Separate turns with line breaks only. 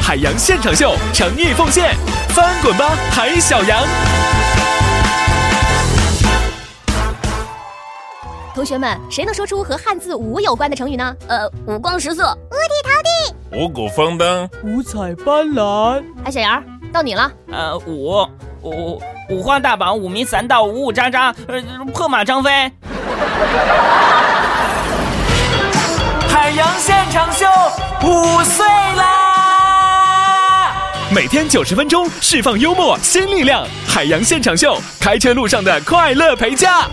海洋现场秀，诚意奉献，翻滚吧，海小羊！
同学们，谁能说出和汉字“五”有关的成语呢？
呃，五光十色。
嗯
五谷丰登，
五彩斑斓，
哎，小杨儿，到你了。
呃，五五五花大绑，五迷三道，五五渣渣，呃，破马张飞。
海洋现场秀五岁啦！每天九十分钟，释放幽默新力量。海洋现场秀，开车路上的快乐陪驾。